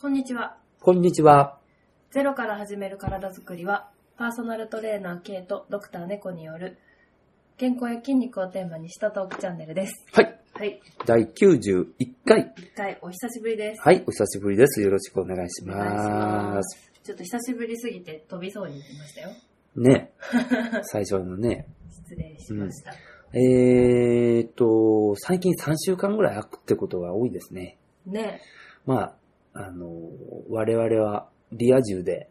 こんにちは。こんにちは。ゼロから始める体づくりは、パーソナルトレーナー K とドクター猫による、健康や筋肉をテーマにしたトークチャンネルです。はい。はい。第91回。一回お久しぶりです。はい。お久しぶりです。よろしくお願いしお願いしま。ますす。ちょっと久しぶりすぎて飛びそうになりましたよ。 ね。最初のね。失礼しました。えーっと、最近3週間ぐらい空くってことが多いですね。ねまあ、あの、我々はリア充 で、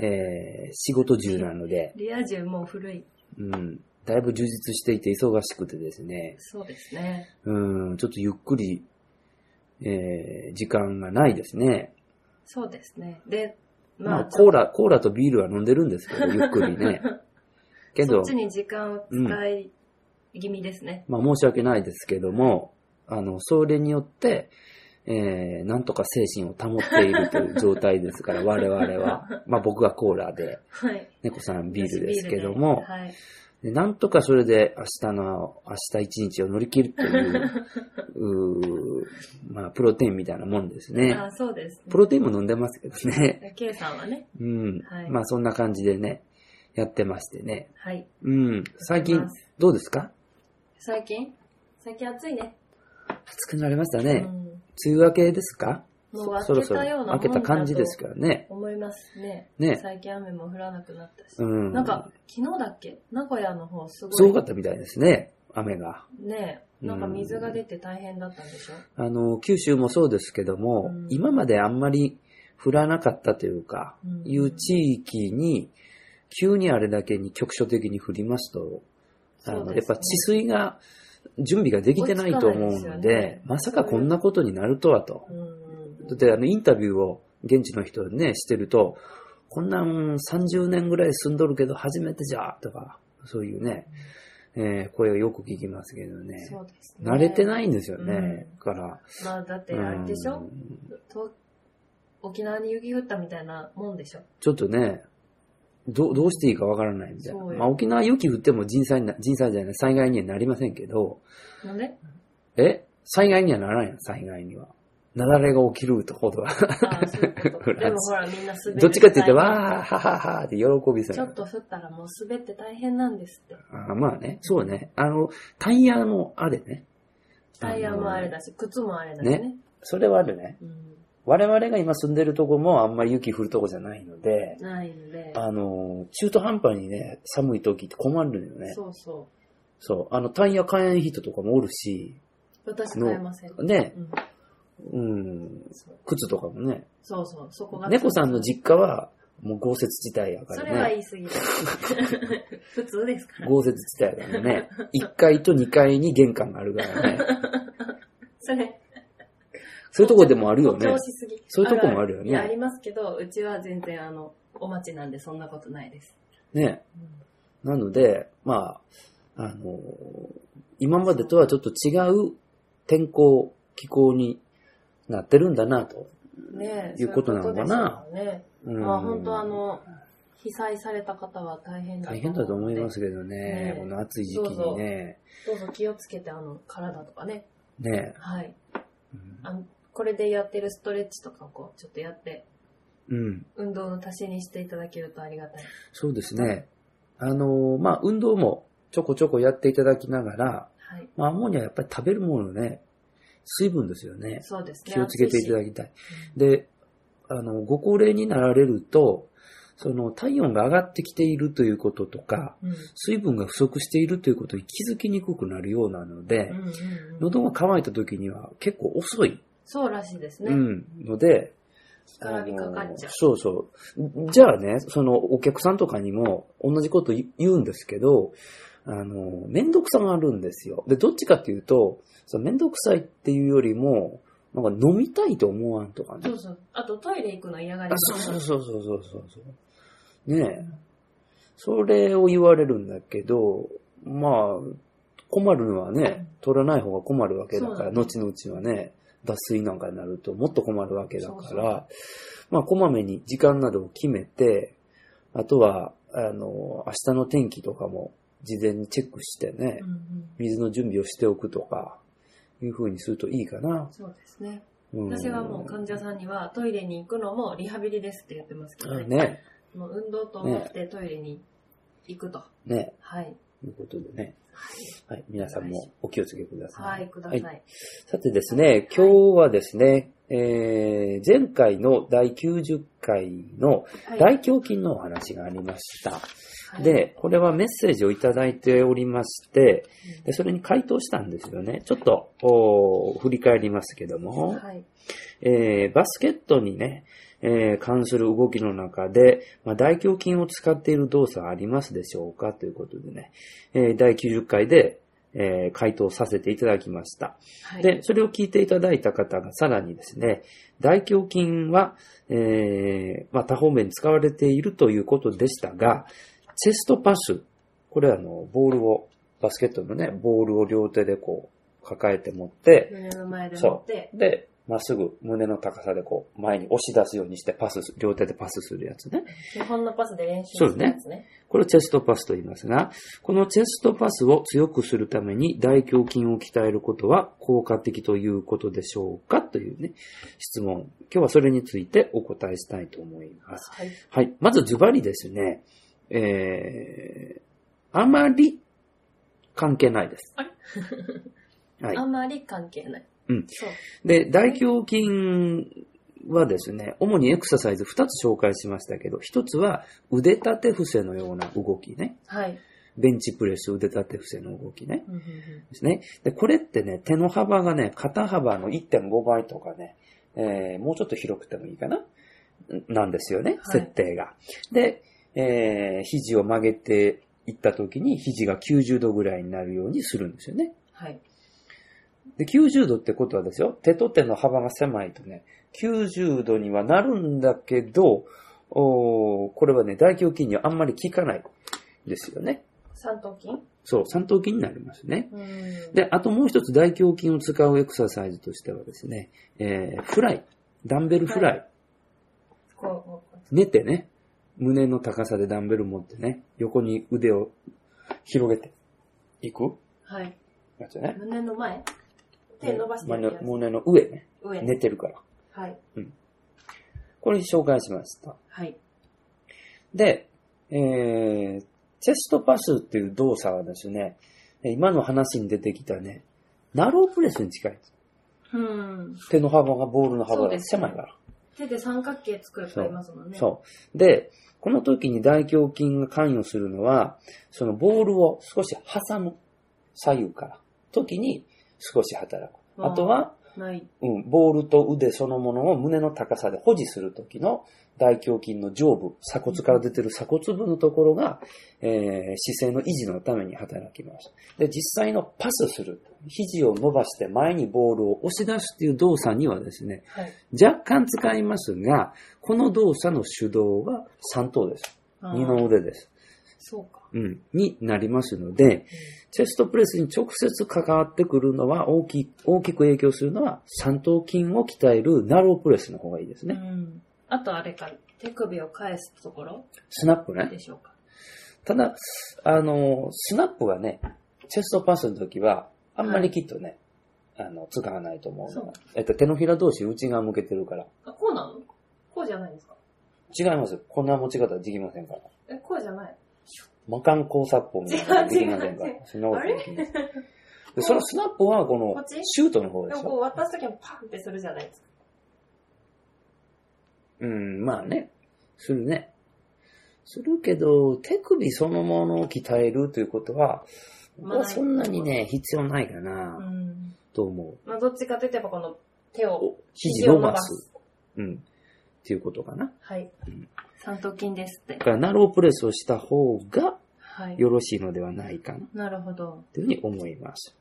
えー仕事中なので、リア充もう古い。うん、だいぶ充実していて忙しくてですね、そうですね。うん、ちょっとゆっくり、えー時間がないですね。そうですね。で、まあ、ちょっとコーラ、コーラとビールは飲んでるんですけど、 ゆっくりね。けそどっ、ちに時間を使い気味ですね。まあ、申し訳ないですけども、あの、それによって、えー、なんとか精神を保っているという状態で すから、我々は。まあ、僕がコーラで、はい。猫さんビールですけどビもール、ではい。でなんとかそれで明日の、明日一日を乗り切ると いう、うーまあ、プロテインみたいなもんですね。あそうです、ね。プロテインも飲んでますけどね。 K さん はね、うん。はいまあ、そんな感じでね、やってましてね。はい。うん。最近行きます、どうですか最近最近暑いね。暑くなりましたうね。ん。梅雨明けですかもうそ開ろけそろたような明けた感じですかからね。思いますね。ね最近雨も降らなくなったし。うん。なんか、昨日だっけ名古屋の方すごい。すごかったみたいですね、雨が。ねえ。なんか水が出て大変だったんでしょあの、九州もそうですけども、うん今まであんまり降らなかったというか、うんいう地域に、急にあれだけに局所的に降りますと、あそうの、やでっすねぱ治水が、準備ができてないと思追ういつかなのいで、ですよねまさかこんなことになるとはと。うん。だってあの、インタビューを現地の人にね、してると、こんなん30年ぐらい住んどるけど初めてじゃ、とか、そういうね、えー声をよく聞きますけどね。そうですね。慣れてないんですよね。うんから。まあ、だってあれでしうょんと沖縄に雪降ったみたいなもんでしょちょっとね、どうどうしていいかわからないみたいな。そうよまあ、沖縄雪降っても人災な、人災じゃない、災害にはなりませんけど、の ね。え災害にはならんやん、災害には。雪崩が起きるとほどは。ああ、そういうことでもほら、みんな滑って大変。 どっちかって言って、わー、はははって喜びそうちょやっと降ったらもう滑って大変なんですって。あまあね、そうね。あの、タイヤもあれね。タイヤもあれだし、靴もあれだしね。ねそれはあるね。うん、我々が今住んでるとこもあんまり雪降るとこじゃないので、ないので、あの、中途半端にね、寒い時って困るのよね。そう。そうそあの、タイヤ買えん人とかもおるし、う。私買えません。ね、うん、うん、そう靴とかもね。そうそう、そこが。猫さんの実家は、もう豪雪地帯やかそられはね。言い過 ぎだ。普通ですから。豪雪地帯だからね。1階 と2階に玄関があるからね。それ、そういうとこでもあるよね誇張。しすぎ。そういうとこもあるよねいやありますけど、うちは全然あの、お待ちなんでそんなことないです。ね。なので、まあ、あの、今までとはちょっと違う天候、気候になってるんだなと。ねえいうことなのかなそういうことですよね。うんまあ本当あ、の、被災された方は大変だ。大変だと思いますすけどねね、この暑い時期にね、どうぞ気をつけて、あの、体とかね。ね、はい。うんあのこれでやってるストレッチとかをこう、ちょっとやって、うん、運動の足しにしていただけるとありがたい。そうですね。あの、まあ、運動もちょこちょこやっていただきながら、はい。まあ、アンモニアはやっぱり食べるものね、水分ですよね。そうですね。気をつけていただきたい。暑いしで、あの、ご高齢になられると、その体温が上がってきているということとか、うん水分が不足しているということに気づきにくくなるようなので、うんうんうん喉が渇いた時には結構遅い、そうらしいですうね。ん、ので、からびかかあっのちゃう。そうそう。じゃあね、そのお客さんとかにも同じこと言うんですけど、あの、めんどくさがあるんですよ。で、どっちかっていうと、そのめんどくさいっていうよりも、なんか飲みたいと思わんとかねそ。うそう。あとトイレ行くの嫌がりあまそうすそうそうそうそうそうそう。ねえ。それを言われるんだけど、まあ、困るのはね、取らない方が困るわけだから、そうだね後々はね、脱水なんかになるともっと困るわけだから、そうそうまあ、こまめに時間などを決めて、あとは、あの、明日の天気とかも事前にチェックしてね、うんうん水の準備をしておくとか、いう風にするといいかな。そうですね。うん私はもう患者さんにはトイレに行くのもリハビリですって言ってますけどね。ね、もう運動と思ってトイレに行くと。ね、はい。ということでね。はい、皆さんもお気をつけくださはい、ください。はい。さてですね、今日はですね、えー、前回の第90回の大胸筋のお話がありました。はい、で、これはメッセージをいただいておりまして、でそれに回答したんですよね。ちょっと、おー振り返りますけどうん、も、はい。えー、バスケットにね、えー、関する動きの中で、まあ、大胸筋を使っている動作はありますでしょうかということでね、えー、第90回で、えー、回答させていただきました。はい、で、それを聞いていただいた方がさらにですね、大胸筋は、えーまあ、多方面に使われているということでしたが、チェストパス、これはあの、ボールを、バスケットのね、ボールを両手でこう、抱えて持って、胸の前で持って、で、まっすぐ胸の高さでこう、前に押し出すようにしてパスす、両手でパスするやつね。基本のパスで練習するやつね。これをチェストパスと言いますが、このチェストパスを強くするために大胸筋を鍛えることは効果的ということでしょうかというね、質問。今日はそれについてお答えしたいと思います。はい。はい。まずズバリですね、えー、あまり関係ないです。はいあ。んまり関係ない。うんそう。で、大胸筋はですね、主にエクササイズ2つ紹介しましたけど、1つは腕立て伏せのような動きね。はい。ベンチプレス腕立て伏せの動きね。うんうんうんですね。で、これってね、手の幅がね、肩幅の1.5倍とかね、えーもうちょっと広くてもいいかな、んなんですよね、はい設定が。で、えー肘を曲げていった時に、肘が90度ぐらいになるようにするんですよね。はい。で、90度ってことはですよ、手と手の幅が狭いとね、90度にはなるんだけど、おーこれはね、大胸筋にはあんまり効かないですよね。三頭筋そう、三頭筋になりますね。うん。で、あともう一つ大胸筋を使うエクササイズとしてはですね、えー、フライ、ダンベルフライ、こうこうこ寝てね、胸の高さでダンベル持ってね、横に腕を広げていくう。はい。やつね。胸の前手伸ばして胸るのやつ。胸の上ね、上。寝てるから。はい。これ紹介しました。はい。で、えー、チェストパスっていう動作はですね、今の話に出てきたね、ナロープレスに近い。うん。手の幅がボールの幅そうがですね狭いから。手で三角形作る人いますもんね。そう。で、この時に大胸筋が関与するのは、そのボールを少し挟む。左右から。時に少し働く。うんあとは、ない。うん、ボールと腕そのものを胸の高さで保持する時の大胸筋の上部、鎖骨から出てる鎖骨部のところが、えー姿勢の維持のために働きます。で、実際のパスする。肘を伸ばして前にボールを押し出すっていう動作にはですね、はい。若干使いますが、この動作の主導は3頭です。あー二の腕です。そうか。うん。になりますので、チェストプレスに直接関わってくるのは、大き、大きく影響するのは、三頭筋を鍛えるナロープレスの方がいいですうね。ん。あとあれか、手首を返すところスナップね。でしょうか。ただ、あの、スナップはね、チェストパスの時は、あんまりきっとね、あの、使わないと思うのがえっと、手のひら同士内側向けてるから。あ、こうなのこうじゃないですか違います。こんな持ち方できませんから。え、こうじゃない魔漢工作法みたいなのできませんか違う違ら。そんなことあれできない。で、そのスナップはここのっちシュートの方ででしもこょ。う渡すときもパンってするじゃないですか。うん、まあね。するね。するけど、手首そのものを鍛えるということは、僕はそんなにね、必要ないかうな、ん。と思う。まあ、どっちかといえばこの手を、肘伸ばす。。うん。っていうことかな。はい。三頭筋ですってだ。から、ナロープレスをした方がはい。よろしいのではないかな。なるほど。というふうに思います。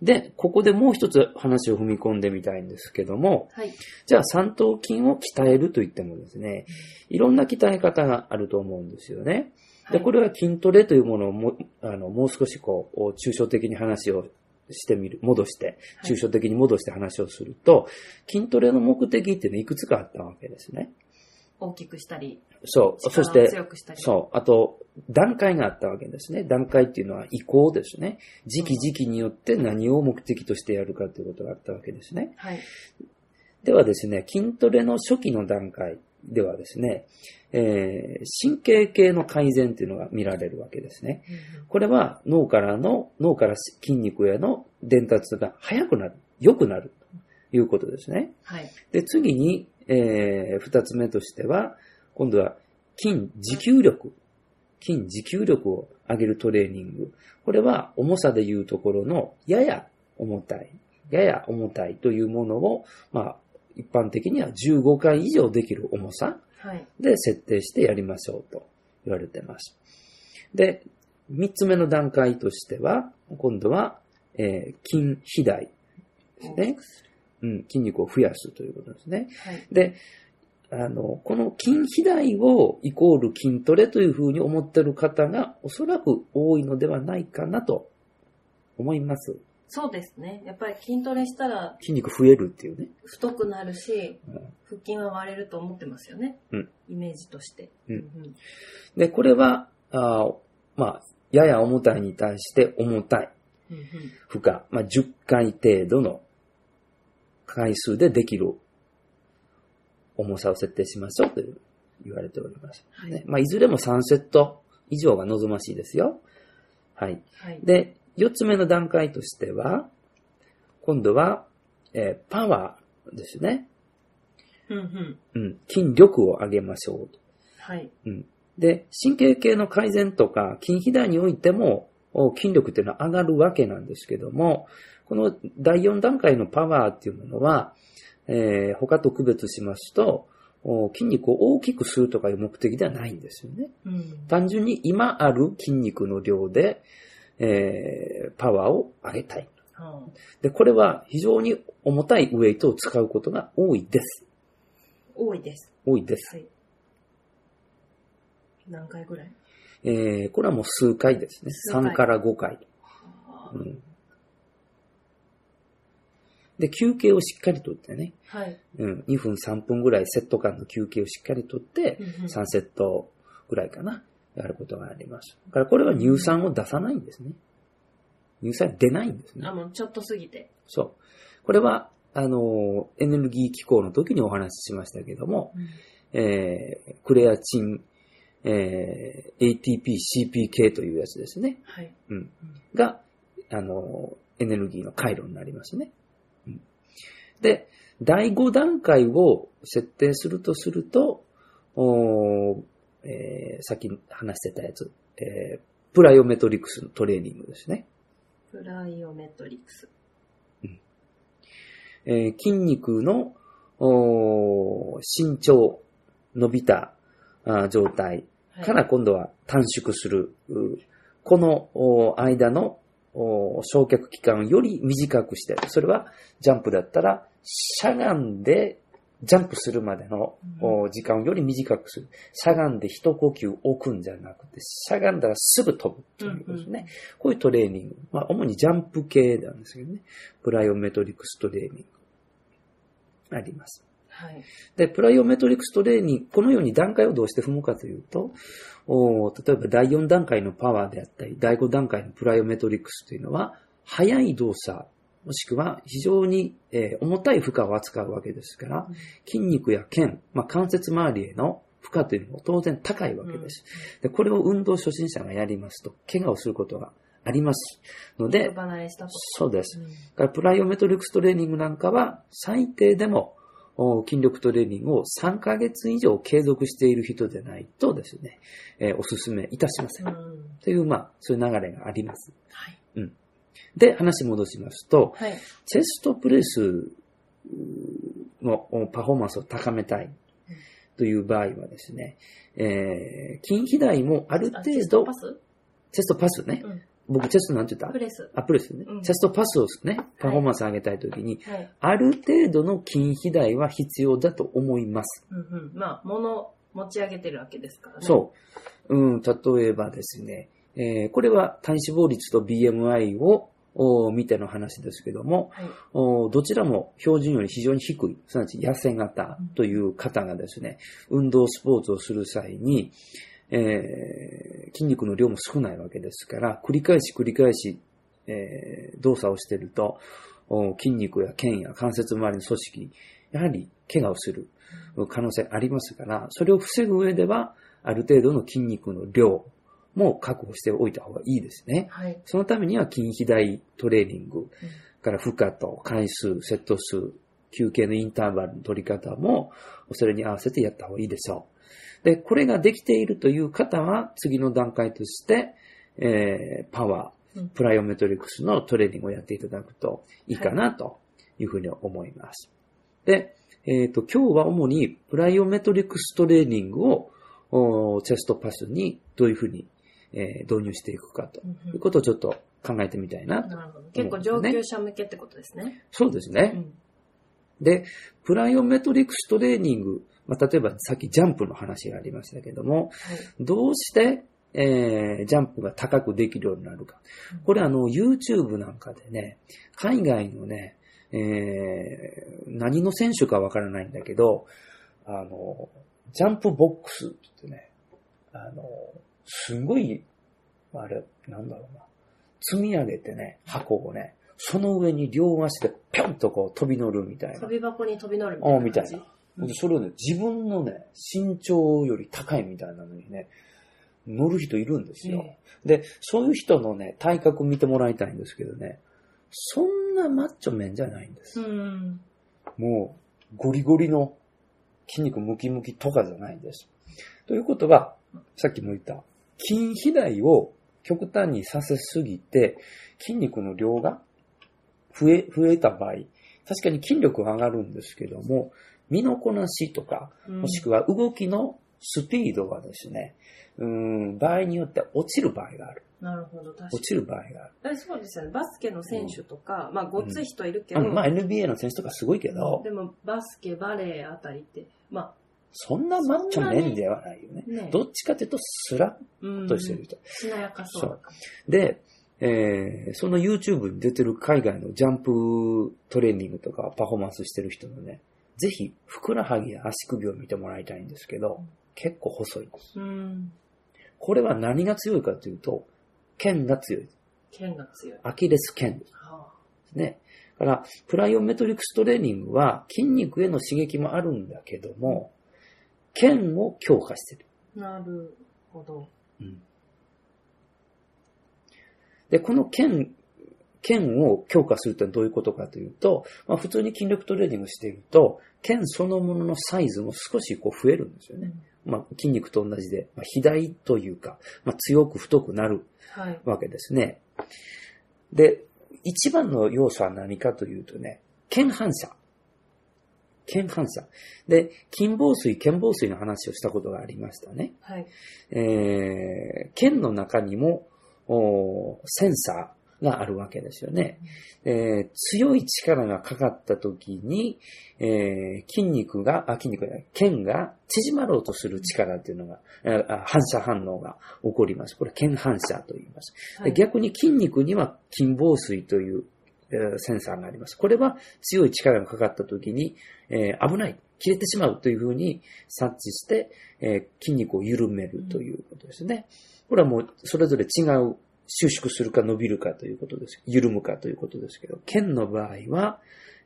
で、ここでもう一つ話を踏み込んでみたいんですけども、はい。じゃあ三頭筋を鍛えると言ってもですね、いろんな鍛え方があると思うんですよね。で、これ、れは筋トレというものをもあのもう少しこう、抽象的に話をしてみる、戻して、はい抽象的に戻して話をすると、筋トレの目的っていうのはいくつかあったわけですね。大きくしたり、そう。そし力をて、強くしたり。う。そう。あと、段階があったわけですね。段階っていうのは移行ですね。時期時期によって何を目的としてやるかということがあったわけですね。はい。ではですね、筋トレの初期の段階ではですね、えー神経系の改善っていうのが見られるわけですね。これは脳からの、脳から筋肉への伝達が早くなる、良くなるということですね。はい。で、次に、えー二つ目としては、今度は筋持久力。筋持久力を上げるトレーニング。これは重さでいうところのやや重たい。やや重たいというものを、まあ、一般的には15回以上できる重さはい。で設定してやりましょうと言われてます。で、三つ目の段階としては、今度は、えー筋肥大です大きね。うん、筋肉を増やすということですね。はい。で、あの、この筋肥大をイコール筋トレというふうに思ってる方がおそらく多いのではないかなと思います。そうですね。やっぱり筋トレしたら筋肉増えるっていうね。太くなるしうん、腹筋は割れると思ってますよね。うんイメージとして。うんんで、これは、あーまあ、やや重たいに対して重たい、うんうん負荷、まあ、10回程度の回数でできる重さを設定しましょうという言われております。はいねまあ、いずれも3セット以上が望ましいですよ。はい。はい。で、四つ目の段階としては、今度は、えーパワーですね。うんうんうん、筋力を上げましょうと。はい。で、神経系の改善とか、筋肥大においても、お筋力っていうのは上がるわけなんですけども、この第4段階のパワーっていうものは、えー他と区別しますと、お筋肉を大きくするとかいう目的ではないんですよね。うん単純に今ある筋肉の量で、えーパワーを上げたい。はあで、これは非常に重たいウェイトを使うことが多いです。多いです。多いです。はい。何回ぐらいえー、これはもう数回ですね。数回3から5回。はうんで、休憩をしっかりとってね。あはい。うん、2分3分ぐらいセット間の休憩をしっかりとって、うんうん3セットぐらいかな。やることがあります。だからこれは乳酸を出さないんですね。乳酸出ないんですねあ。の、ちょっと過ぎて。そう。これは、あの、エネルギー機構の時にお話ししましたけども、えークレアチン、えー ATP、CPK というやつですね。はい。うん。が、あの、エネルギーの回路になりますね。うん、で、第5段階を設定するとすると、おーえーさっき話してたやつ、えープライオメトリクスのトレーニングですね。プライオメトリクス。えー筋肉のおー伸長、伸びたあー状態はいから今度は短縮する。うこのお間のお焼却期間をより短くして、それはジャンプだったらしゃがんでジャンプするまでのうんお時間をより短くする。しゃがんで一呼吸置くんじゃなくて、しゃがんだらすぐ飛ぶっていうことですね。こういうトレーニング。まあ、主にジャンプ系なんですけどね。プライオメトリクストレーニング。あります。はい。で、プライオメトリクストレーニング、このように段階をどうして踏むかというと、おー例えば第4段階のパワーであったり、第5段階のプライオメトリクスというのは、速い動作、もしくは非常に、えー重たい負荷を扱うわけですから、筋肉や腱、まあ、関節周りへの負荷というのも当然高いわけです。で、これを運動初心者がやりますと、怪我をすることがありますのうん。で人、離れしたこそうです。と。うんだからプライオメトリクストレーニングなんかは、最低でもお筋力トレーニングを3ヶ月以上継続している人でないとですね、えーおすすめいたしません。うんという、まあ、そういう流れがあります。はい。で、話戻しますと、はい。チェストプレスうーのおパフォーマンスを高めたいという場合はですね、えー、筋肥大もあるあ程チェスト度パ、スチェストパスねうん。僕、チェストなんて言ったプレス。アップルですねうん。チェストパスをね、パフォーマンス上げたいときに、はい。ある程度の筋肥大は必要だと思います。うんうん。まあ、物を持ち上げてるわけですからね。そう。うん、例えばですね、えーこれは体脂肪率と BMI をを見ての話ですけども、はい。おどちらも標準より非常に低い、すなわち痩せ型という方がですね、運動スポーツをする際に、えー筋肉の量も少ないわけですから、繰り返し繰り返し、えー動作をしてると、お筋肉や腱や関節周りの組織、やはり怪我をする可能性ありますから、それを防ぐ上では、ある程度の筋肉の量も確保しておいた方がいいですね。はい。そのためには筋肥大トレーニング、から負荷と回数、セット数、休憩のインターバルの取り方も、それに合わせてやった方がいいでしょう。で、これができているという方は、次の段階として、えー、パワうーん、プライオメトリクスのトレーニングをやっていただくといいかな、というふうに思います。で、えっ、と、今日は主にプライオメトリクストレーニングを、おーチェストパスにどういうふうに、えー導入していくかとうんいうことをちょっと考えてみたいなうんなるほど。結構上級者向けってことですね。そうですね。うんで、プライオメトリクストレーニング、まあ、例えばさっきジャンプの話がありましたけどはも、い。どうして、えージャンプが高くできるようになるかうん。これあの、YouTube なんかでね、海外のね、えー何の選手かわからないんだけど、あの、ジャンプボックスって言ってね、あの、すごい、あれ、なんだろうな、積み上げてね、箱をね、その上に両足でぴょんとこう飛び乗るみたいな飛。び箱に飛び乗るああ、みみたたいない感なじ。。うんでそれをね、自分のね、身長より高いみたいなのにね、乗る人いるんですよ。えで、そういう人のね、体格見てもらいたいんですけどね、そんなマッチョ面じゃないんです。えうん。もう、ゴリゴリの筋肉ムキムキとかじゃないんです。ということは、さっきも言った、筋肥大を極端にさせすぎて、筋肉の量が増え、増えた場合、確かに筋力は上がるんですけども、身のこなしとか、うんもしくは動きのスピードがですね、うん、場合によっては落ちる場合がある。なるほど、確か落ちる場合がある。に。えそうですよね。バスケの選手とか、まあ、ごつい人いるけあど、のまあ NBA の選手とかすごいけどで、も、バスケ、バレーあたりって、まそんなマッチョ面ではないよねあ、。ね。どっちかというとスラうッんとしてる人。しなやかそうな感じ。で、えーその YouTube に出てる海外のジャンプトレーニングとかパフォーマンスしてる人のね、ぜひ、ふくらはぎや足首を見てもらいたいんですけど、結構細いんです。うん。これは何が強いかというと、腱が強い。剣が強い。アキレス腱ではあすね。だから、プライオメトリクストレーニングは筋肉への刺激もあるんだけども、腱を強化してる。なるほど。で、この剣、剣を強化するってのはどういうことかというと、まあ普通に筋力トレーニングしていると、剣そのもののサイズも少しこう増えるんですよね。まあ筋肉と同じで、まあ、肥大というか、まあ強く太くなるはい。わけですね。で、一番の要素は何かというとね、腱反射。腱反射。で、筋防水、腱防水の話をしたことがありましたね。はい。えー、剣の中にも、おーセンサーがあるわけですよね。えー強い力がかかった時に、えー筋肉が、あ、筋肉が、剣が縮まろうとする力っていうのが、えーあ反射反応が起こります。これ、剣反射と言います。はでい、逆に筋肉には筋防水という、えーセンサーがあります。これは強い力がかかった時に、えー危ない、切れてしまうというふうに察知して、えー筋肉を緩めるということですね。これはもうそれぞれ違う収縮するか伸びるかということです。緩むかということですけど、腱の場合は、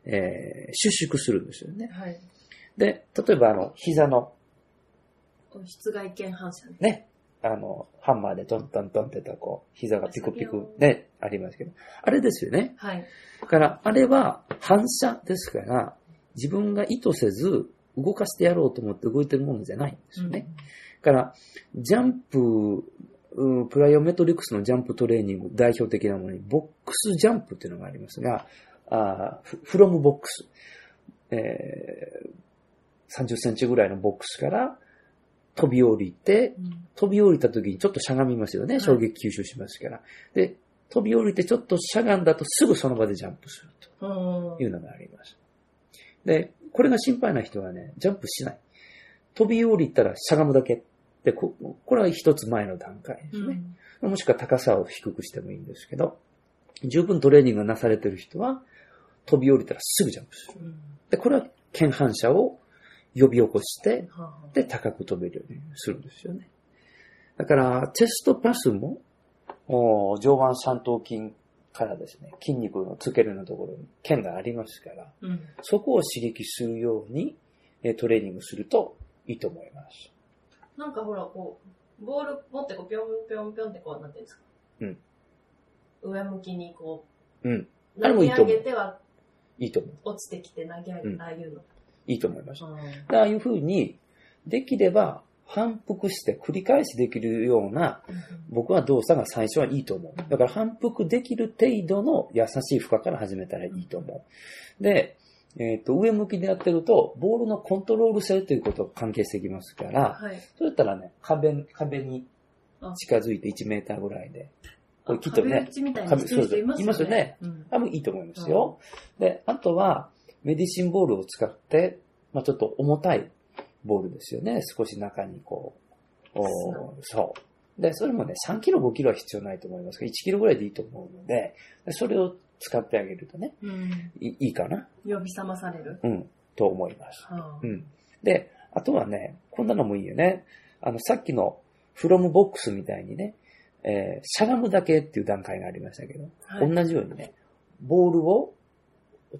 えー収縮するんですよね。はい。で、例えばあの、膝の室外剣反射ね。ね、あの、ハンマーでトントントンってたこう、膝がピクピクね、ありますけど、あれですよね。はい。だから、あれは反射ですから、自分が意図せず動かしてやろうと思って動いてるものじゃないんですよね。だから、ジャンプ、うんプライオメトリクスのジャンプトレーニング、代表的なものに、ボックスジャンプっていうのがありますが、あーフロムボックス。えー30センチぐらいのボックスから飛び降りて、うん。うん飛び降りた時にちょっとしゃがみますよね。い衝撃吸収しますから。で、飛び降りてちょっとしゃがんだとすぐその場でジャンプするうんというのがあります。で、これが心配な人はね、ジャンプしない。飛び降りたらしゃがむだけ。で、ここれは一つ前の段階ですね。もしくは高さを低くしてもいいんですけど、十分トレーニングがなされてる人は、飛び降りたらすぐジャンプする。うんで、これは、腱反射を呼び起こして、はあはあで、高く飛べるようにするんですよね。だから、チェストパスも、おー上腕三頭筋からですね、筋肉の付け根のところに腱がありますから、うんそこを刺激するようにえートレーニングするといいと思います。なんかほら、こう、ボール持ってこう、ぴょんぴょんぴょんってこう、なんていうんですか。うん上向きにこうん。う、あれ投もいいげと上思うげては、いいと思う。落ちてきて投げ上げ、うんああいうの。いいと思います。でああいうふうに、できれば反復して繰り返しできるような、僕は動作が最初はいいと思う。だから反復できる程度の優しい負荷から始めたらいいと思う。で、えっ、と、上向きでやってると、ボールのコントロール性ということが関係してきますから、はい。そうやったらね、壁、壁に近づいて1メーターぐらいで、これきっとね壁打ちみたいにしてる人いますよね。そうそういますよねうん。多分いいと思いますよ。で、あとは、メディシンボールを使って、まあちょっと重たいボールですよね。少し中にこう、おーそう。で、それもね、3キロ、5キロは必要ないと思いますけど、1キロぐらいでいいと思うので、でそれを使ってあげるとね、うん。いいいかな、呼び覚まされる。うん、と思います。はあうん。で、あとはね、こんなのもいいよね。あの、さっきのフロムボックスみたいにね、えーしゃがむだけっていう段階がありましたけど、はい同じようにね、ボールを、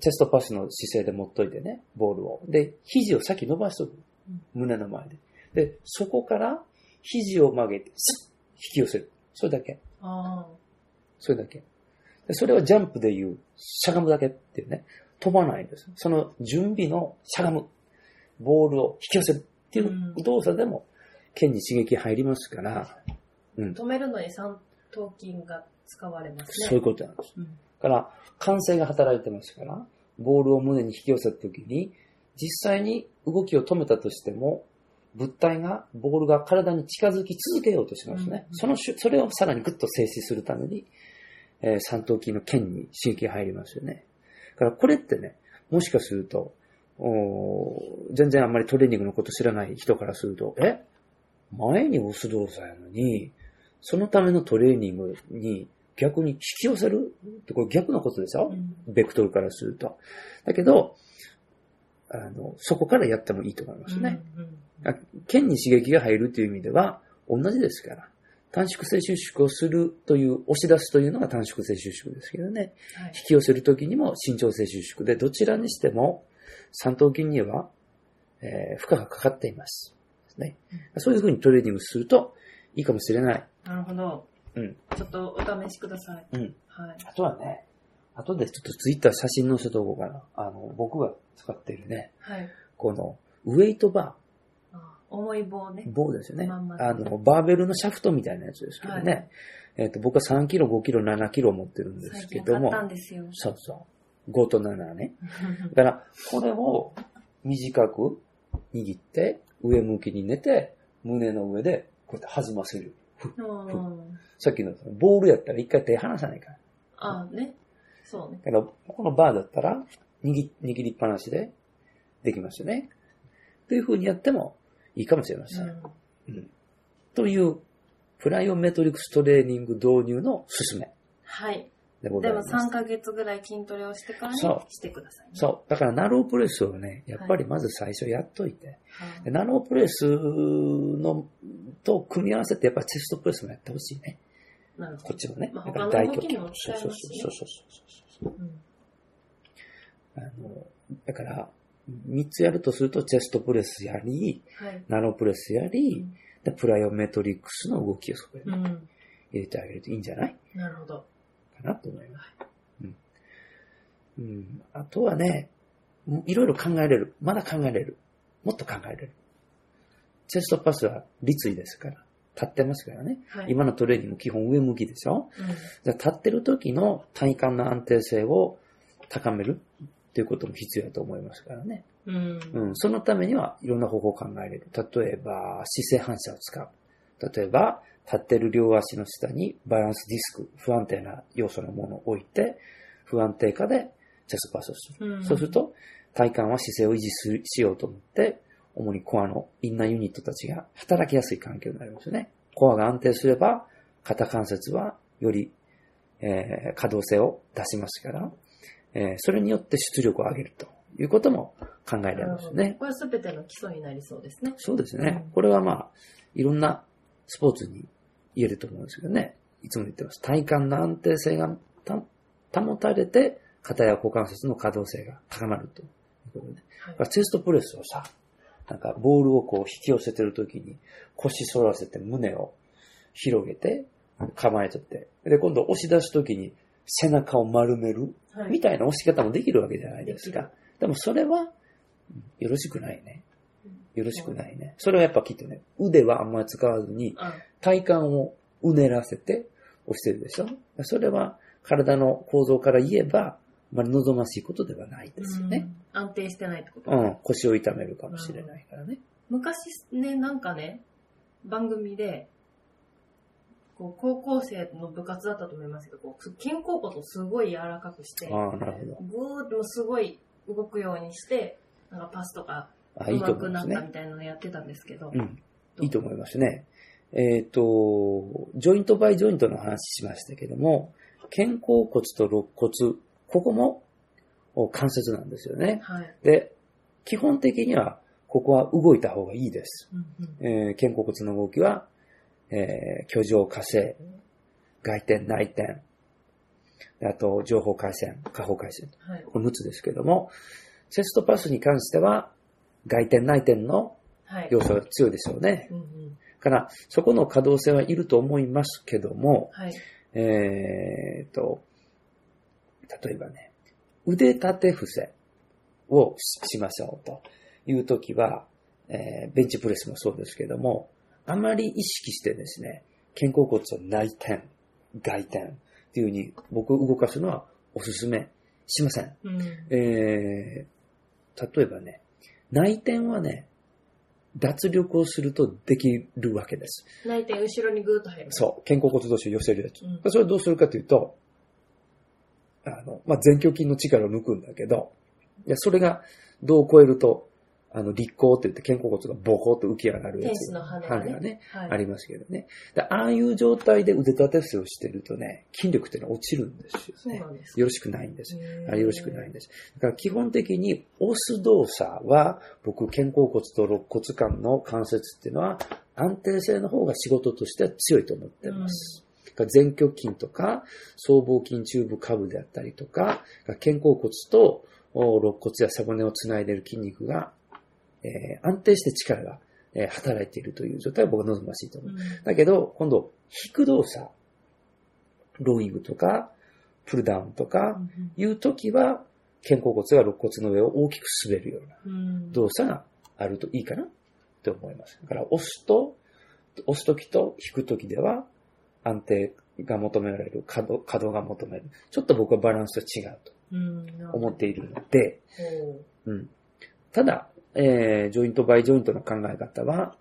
チェストパスの姿勢で持っといてね、ボールを。で、肘を先伸ばしとくうん。胸の前で。で、そこから肘を曲げて、スッ引き寄せる。それだけ。あそれだけ。でそれはジャンプでいう、しゃがむだけっていうね、飛ばないんです。その準備のしゃがむ。ボールを引き寄せるっていううん動作でも、剣に刺激入りますから、あ止めるのに三頭筋が使われますね。そういうことなんです。うんだから、感性が働いてますから、ボールを胸に引き寄せたときに、実際に動きを止めたとしても、物体が、ボールが体に近づき続けようとしますね。うんそのし、それをさらにグッと静止するために、えー三頭筋の腱に刺激が入りますよね。だからこれってね、もしかすると、おー全然あんまりトレーニングのこと知らない人からすると、え前に押す動作やのに、そのためのトレーニングに逆に引き寄せるってこれ逆のことでしょ、うんベクトルからすると。だけど、あの、そこからやってもいいと思いますね。うんあ腱に刺激が入るという意味では同じですから。短縮性収縮をするという、押し出すというのが短縮性収縮ですけどね。うんはい引き寄せるときにも伸長性収縮で、どちらにしても三頭筋には、えー負荷がかかっています。ね、そういうふうにトレーニングするといいかもしれない。なるほど。うんちょっとお試しください。うんはい。あとはね、あとでちょっとツイッター写真載せとこうかな。あの、僕が使ってるね、はい。このウェイトバあ重い棒ねー、。棒ですよね。まんまあの、バーベルのシャフトみたいなやつですけどね。はえっ、と、僕は3キロ、5キロ、7キロ持ってるんで最すけ近ど買っもた、んですよ。そうそう。5と7ね。だから、これを短く握って、上向きに寝て、胸の上で、こうやって弾ませる。 うんさっきのボールやったら一回手離さないから。あね。そうね。けど、このバーだったら、握り、握りっぱなしでできますよね。という風にやってもいいかもしれません。うんという、プライオメトリクストレーニング導入のすすめはい。でござでいもます。 3ヶ月ぐらい筋トレをしてからにそうしてくださいね。そう。だから、ナロープレスをね、やっぱりまず最初やっといて、はいでナノープレスの、と組み合わせて、やっぱチェストプレスもやってほしいね。なるほこどっ。ちもね。まあだから他の動きにも大胸筋使えそうますしねそうそうそうそうそう。うんあの、だから、3つやるとすると、チェストプレスやり、はい。ナノプレスやり、でプライオメトリックスの動きをそこにう入ん。れてあげるといいんじゃないなるほど。かなと思います。うん。うん。あとはね、もういろいろ考えれる。まだ考えれる。もっと考えれる。チェストパスは立位ですから。立ってますからね。はい。今のトレーニング基本上向きでしょうんじゃあ立ってる時の体幹の安定性を高めるということも必要だと思いますからね。うん。うん。そのためにはいろんな方法を考えれる。例えば、姿勢反射を使う。例えば、立ってる両足の下にバランスディスク、不安定な要素のものを置いて、不安定化でチェストパスをする。うんそうすると、体幹は姿勢を維持するしようと思って、主にコアのインナーユニットたちが働きやすい環境になりますよね。コアが安定すれば、肩関節はよりえー可動性を出しますから、えーそれによって出力を上げるということも考えられますね。これは全ての基礎になりそうですね。そうですうねん。これはまあ、いろんなスポーツに言えると思うんですけどね。いつも言ってます。体幹の安定性がた保たれて、肩や股関節の可動性が高まるということで。だはいからチェストプレスをさ、なんかボールをこう引き寄せてるときに腰反らせて胸を広げて構えとって。で、今度押し出すときに背中を丸めるはいみたいな押し方もできるわけじゃないですでか。でもそれは、うんよろしくないね。よろしくないね。それはやっぱきっとね、腕はあんまり使わずに、あ体幹をうねらせて押してるでしょ。それは体の構造から言えば、あまり望ましいことではないですよね。うん安定してないってこと、うん、腰を痛めるかもしれないからね。昔ね、なんかね、番組で、こう高校生の部活だったと思いますけど、こう肩甲骨をすごい柔らかくして、ああ、なるほど。ぐーっとすごい動くようにして、なんかパスとかああ、いい上と手思くいなますったね。みたいなのやってたんですけど、うん、いいと思いますね。えっ、と、ジョイントバイジョイントの話しましたけども、肩甲骨と肋骨、ここもお関節なんですよね。はい。で、基本的には、ここは動いた方がいいです。うんうんえー肩甲骨の動きは、えー、挙上下性、外転内転、であと上方回線、下方回線、はい。この6つですけども、チェストパスに関しては、外転内転のはい。要素が強いでしょうね。うんうんから、そこの可動性はいると思いますけども、はい。えーと、例えばね、腕立て伏せをししましょうというときは、えーベンチプレスもそうですけども、あまり意識してですね、肩甲骨を内転、外転っていうふうに僕動かすのはおすすめしません。うんえー例えばね、内転はね、脱力をするとできるわけです。内転後ろにぐーっと入る。そう、肩甲骨同士を寄せるやつ。うんそれどうするかというと、あの、まあ、前鋸筋の力を抜くんだけど、いや、それが、どう超えると、あの、立候って言って肩甲骨がボコッと浮き上がるや天つ。使の羽が羽ね。がね、はい。ありますけどね。でああいう状態で腕立て伏せをしてるとね、筋力っていうのは落ちるんですそようねな。んですか。よろしくないんです。あれよろしくないうんんです。だから基本的に押す動作は、僕、肩甲骨と肋骨間の関節っていうのは、安定性の方が仕事としては強いと思ってます。だから前鋸筋とか、僧帽筋中部下部であったりとか、肩甲骨とお肋骨や背骨をつないでいる筋肉が、えー安定して力が、えー働いているという状態は僕は望ましいと思いますうんだけど、今度、引く動作、ローイングとか、プルダウンとか、いう時は、肩甲骨が肋骨の上を大きく滑るようなうん動作があるといいかなって思います。だから、押すと、押す時と引く時では、安定が求められる、可動可動が求められる。ちょっと僕はバランスと違うとうん思っているので、ほうん。ただ、えージョイントバイジョイントの考え方は、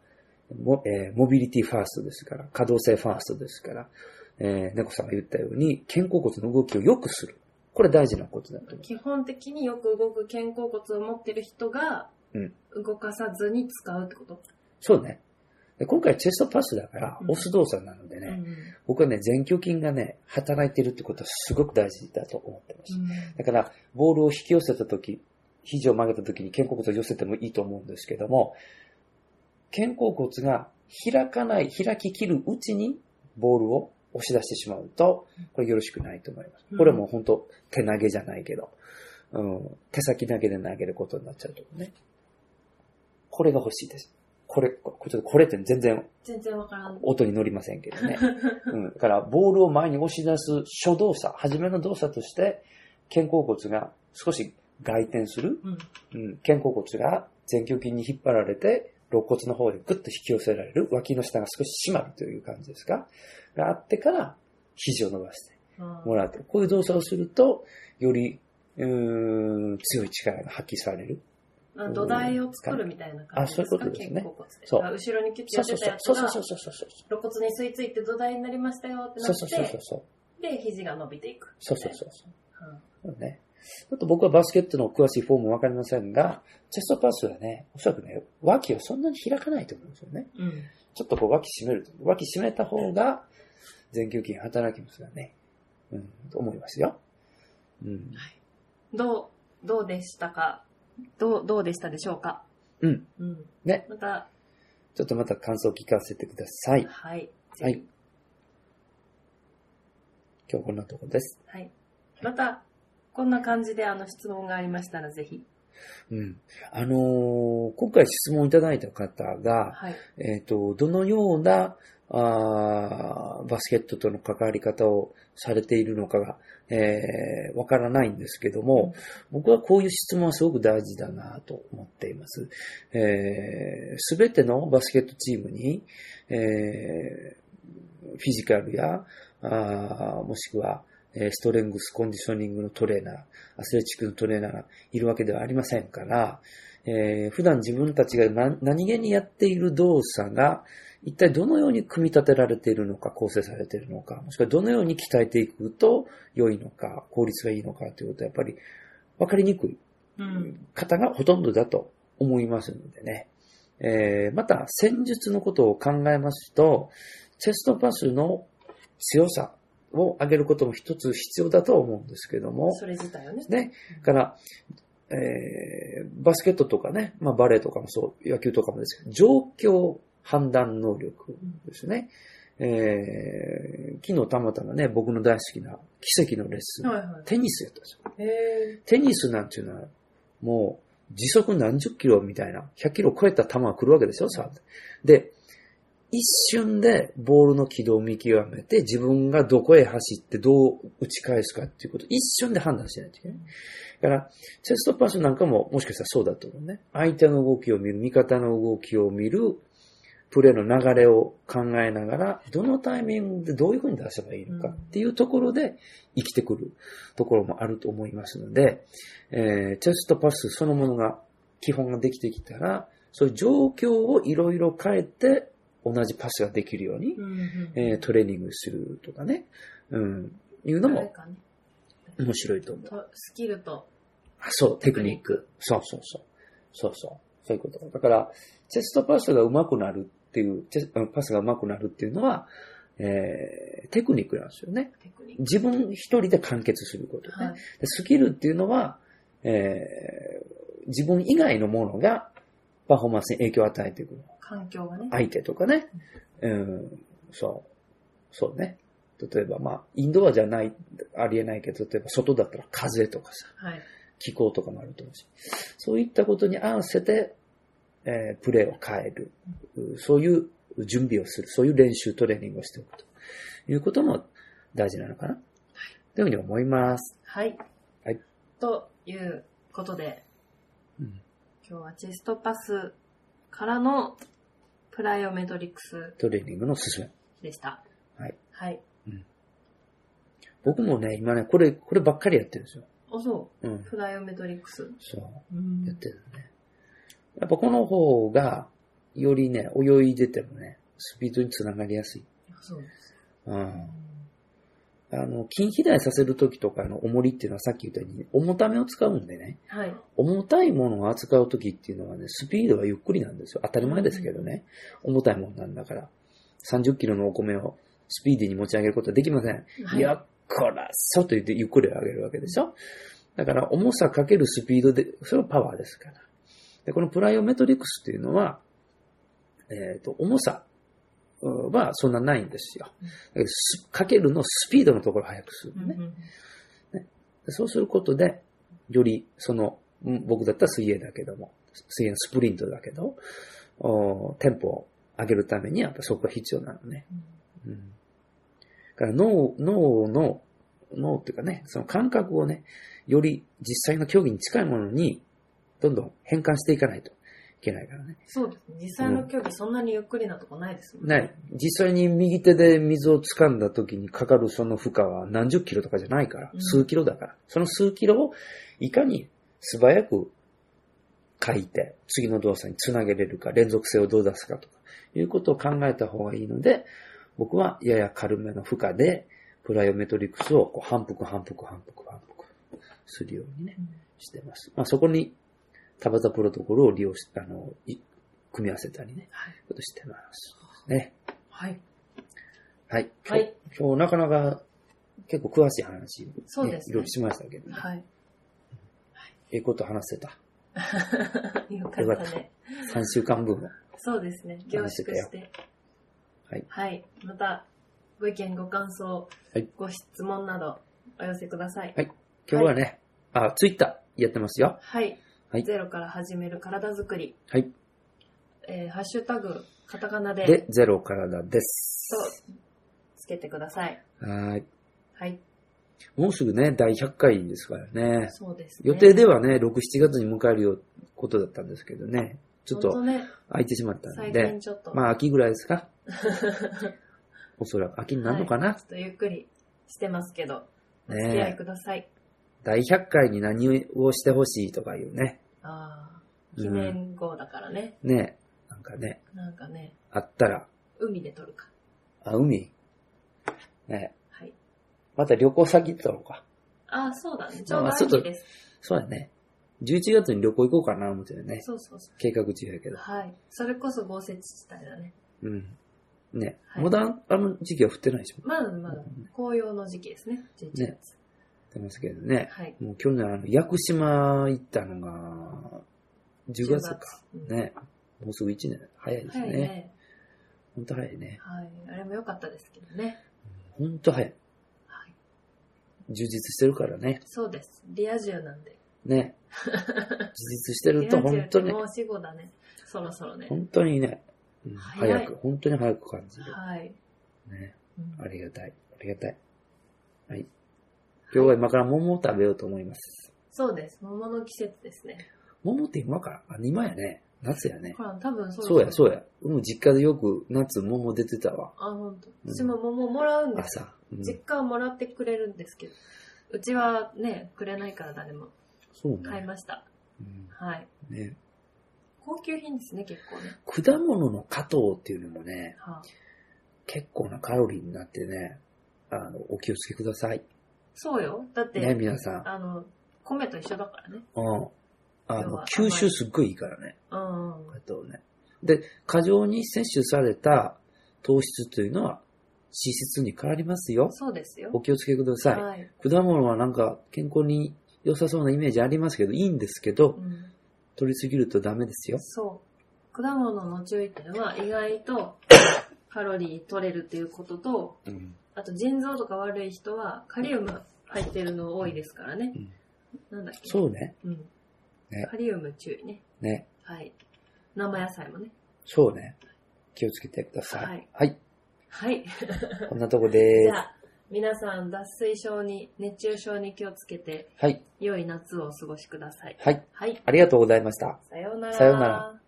もえーモビリティファーストですから、可動性ファーストですから、えー猫さんが言ったように、肩甲骨の動きを良くする。これ大事なことだうと思基本的によく動く肩甲骨を持ってる人がうん動かさずに使うってこと、う。そうね。で今回チェストパスだからう、ん押す動作なのでね、うん僕はね、前鋸筋がね、働いてるってことはすごく大事だと思ってます。だから、ボールを引き寄せたとき、肘を曲げたときに肩甲骨を寄せてもいいと思うんですけども、肩甲骨が開かない、開ききるうちにボールを押し出してしまうと、これよろしくないと思いまうす。んこれも本当手投げじゃないけど、うん、手先だけで投げることになっちゃうとかね。これが欲しいです。これ、こちょっとこれって全然全然わからん音に乗りませんけ どね。うん。だから、ボールを前に押し出す初動作、初めの動作として、肩甲骨が少し外転する。うんうん。肩甲骨が前鋸筋に引っ張られて、肋骨の方にグッと引き寄せられる。脇の下が少し締まるという感じですか。があってから、肘を伸ばしてあもらうと。こういう動作をすると、より、うーん、強い力が発揮される。ー土台を作るみたいな感じですかあそういうことですね肩甲骨でそうだから後ろにキュッてそやうってたやつそうそうがそうそうそうそう。肋骨に吸い付いて土台になりましたよってそなうそうそうっそてうそう。で肘が伸びていくそうそうそうそう。うんそうね。ちょっと僕はバスケットの詳しいフォームわかりませんが、チェストパスはね、おそらくね、脇をそんなに開かないと思うんですよね。うんちょっとこう脇締めると。脇締めた方が前球筋働きますからね。うん、と思いますよ。うん。どう、どうでしたかどう、どうでしたでしょうかうん。うん。ね。また、ちょっとまた感想を聞かせてください。はい。はい。今日はこんなとこです。はい。また、こんな感じであの質問がありましたらぜひ。うん。あのー今回質問いただいた方が、はい。えっ、と、どのような、あーバスケットとの関わり方をされているのかが、えーわからないんですけども、僕はこういう質問はすごく大事だなと思っています。えーすべてのバスケットチームに、えーフィジカルや、あーもしくは、えーストレングス、コンディショニングのトレーナー、アスレチックのトレーナーがいるわけではありませんから、えー普段自分たちが何何気にやっている動作が、一体どのように組み立てられているのか、構成されているのか、もしくはどのように鍛えていくと良いのか、効率がいいのかということはやっぱりわかりにくいうん。方がほとんどだと思いますのでね。えー、また、戦術のことを考えますと、チェストパスの強さを上げることも一つ必要だと思うんですけども、それ自体をね。ね。だから、えー、バスケットとかね、まあバレーとかもそう、野球とかもですけど、状況判断能力ですね。えー、昨日たまたまね、僕の大好きな奇跡のレッスン、はいはテニスやったんですよ。い。へテニスなんていうのは、もう、時速何十キロみたいな、100キロ超えた球が来るわけでしょ、さ。で、一瞬でボールの軌道を見極めて、自分がどこへ走ってどう打ち返すかっていうこと、一瞬で判断しないといけない。だから、チェストパスなんかももしかしたらそうだと思うね。相手の動きを見る、味方の動きを見る、プレーの流れを考えながら、どのタイミングでどういうふうに出せばいいのかっていうところで生きてくるところもあると思いますので、えーチェストパスそのものが、基本ができてきたら、そういう状況をいろいろ変えて、同じパスができるようにえ。、うん。えートレーニングするとかね、うん、いうでのもね、面白いと思う。とスキルと、あそう、テクニック。そうそうそう。そうそう。そういうこと。だから、チェストパスが上手くなるっていう、チェスパスが上手くなるっていうのは、えー、テクニックなんですよね。テクニッ自分一人で完結すること、ねク。はい。でスキルっていうのは、えー、自分以外のものがパフォーマンスに影響を与えていくる。環境がね。相手とかね。うん、そう。そうね。例えば、まあ、インドアじゃない、ありえないけど、例えば外だったら風とかさ。はい。気候とかもあると思うし、そういったことに合わせて、えープレーを変える、そういう準備をする、そういう練習、トレーニングをしておくということも大事なのかな、というふうに思います。はい。はい。ということで、うん今日はチェストパスからのプライオメトリックストレーニングの進め。でした。はい。はい。僕もね、今ね、これ、こればっかりやってるんですよ。お、そうう。ん。プライオメトリックス。そうう。んやってるのね。やっぱこの方が、よりね、泳いでてもね、スピードにつながりやすい。そうです。うん。あの、筋肥大させるときとかの重りっていうのはさっき言ったように、重ためを使うんでね、はい。重たいものを扱うときっていうのはね、スピードがゆっくりなんですよ。当たり前ですけどね。重たいもんなんだから。30キロのお米をスピーディーに持ち上げることはできません。はいい、や、こら、そうと言ってゆっくり上げるわけでしょ。だから、重さかけるスピードで、それはパワーですから。で、このプライオメトリックスっていうのは、えっ、と、重さうんはそんなないんですよ。だけどすかけるのスピードのところを速くするうのんね。うんでそうすることで、より、その、うん僕だったら水泳だけども、水泳のスプリントだけど、おーテンポを上げるためにはやっぱそこが必要なのね。うん。だから脳、脳の、脳っていうかね、その感覚をね、より実際の競技に近いものに、どんどん変換していかないといけないからね。そうですね。実際の競技、そんなにゆっくりなとこないですもんね。ない。実際に右手で水を掴んだ時にかかるその負荷は何十キロとかじゃないからう、ん数キロだから。その数キロをいかに素早く書いて、次の動作につなげれるか、連続性をどう出すかとか、いうことを考えた方がいいので、僕はやや軽めの負荷で、プライオメトリクスをこう反復反復反復反復するようにね、うんしてます。まあそこに、タバタプロトコルを利用し、あの、い組み合わせたりね、はい。ことしてます。ね。はい。はい。はい。今日なかなか結構詳しい話、ね、そうですねいろいろしましたけどね。はい。ええこと話せた。よかったね。 3週間分も。そうですね。凝縮して。はい。はい。また、ご意見、ご感想、はいご質問など、お寄せください。今日はね、あ、ツイッターやってますよ。はい。はいゼロから始める体づくり。はい。えーハッシュタグ、カタカナで、で、ゼロ体です。と、つけてください。はい。はい。もうすぐね、第100回ですからね。そうです、ね。予定ではね、6、7月に迎えるよことだったんですけどね、ちょっほんとね、空いてしまったん最で近、ちょっと、まあ秋ぐらいですか おそらく秋になるのかな、ちょっとゆっくりしてますけど、お付き合いねえください。第100回に何をしてほしいとかいうね。ああ、う記ん、念号だからね。ねなんかね、なんかね、あったら、海で撮るか。あ、海。ねはい。また旅行先行ったのか。ああ、そうだね。ちまょあうまあど秋です。そうだね。11月に旅行行こうかな、思ってるね。そうそうそ計画中やけう。ど。はい。それこそ豪雪地帯だね。うん。ね、はいまだあの時期は降ってないでしょ。まだまだ紅葉の時期ですね。11月。ね降ってますけどね。はい。もう去年、あの、屋久島行ったのが、10月か。 10月。ね。もうすぐ1年。早いうんです早いね。ね。ほんと早いね。はい。あれも良かったですけどね。ほんと早い。はい。充実してるからね。そうです。リア充なんで。 ね。充実してリるアと充本当にも、う死後だね。そろそろね。本当にね、うん早い早く、本当に早く感じる。はい。ね。うんありがたい。ありがたい。はい。今日は今から桃を食べようと思います。そうです。桃の季節ですね。桃って今からあ、今やね。夏やね。ほら、多分そうそうや、そうや。や。うん、実家でよく夏桃出てたわ。あ、ほんと。私も桃もらうんです。朝。うん、実家はもらってくれるんですけど。うちはね、くれないから誰もそう買いね。ました。うんはい。ね高級品ですね、結構ね。果物の果糖っていうのもね、はあ、結構なカロリーになってね、あの、お気をつけください。そうよ。だって、ね、皆さん。あの、米と一緒だからね。うん。あ要のは、吸収すっごいいいからね。うん。あとね。で、過剰に摂取された糖質というのは脂質に変わりますよ。そうですよお。気をつけください。はい。果物はなんか健康に良さそうなイメージありますけど、いいんですけどう、ん。取りすぎるとダメですよ。そう。果物の注意点は、意外 とカロリー取れるということと、うん。あと腎臓とか悪い人はカリウム入ってるの多いですからね。うんなんだっけう。そうね。ん、ねカリウム注意ね。ね。はい。生野菜もね。そうね。気をつけてください。はいはい。はい。こんなとこじでゃあ、皆さん脱水症に、熱中症に気をつけて、す。はい。良い夏をお過ごしください。はい。はい。ありがとうございました。さようなら。さようなら。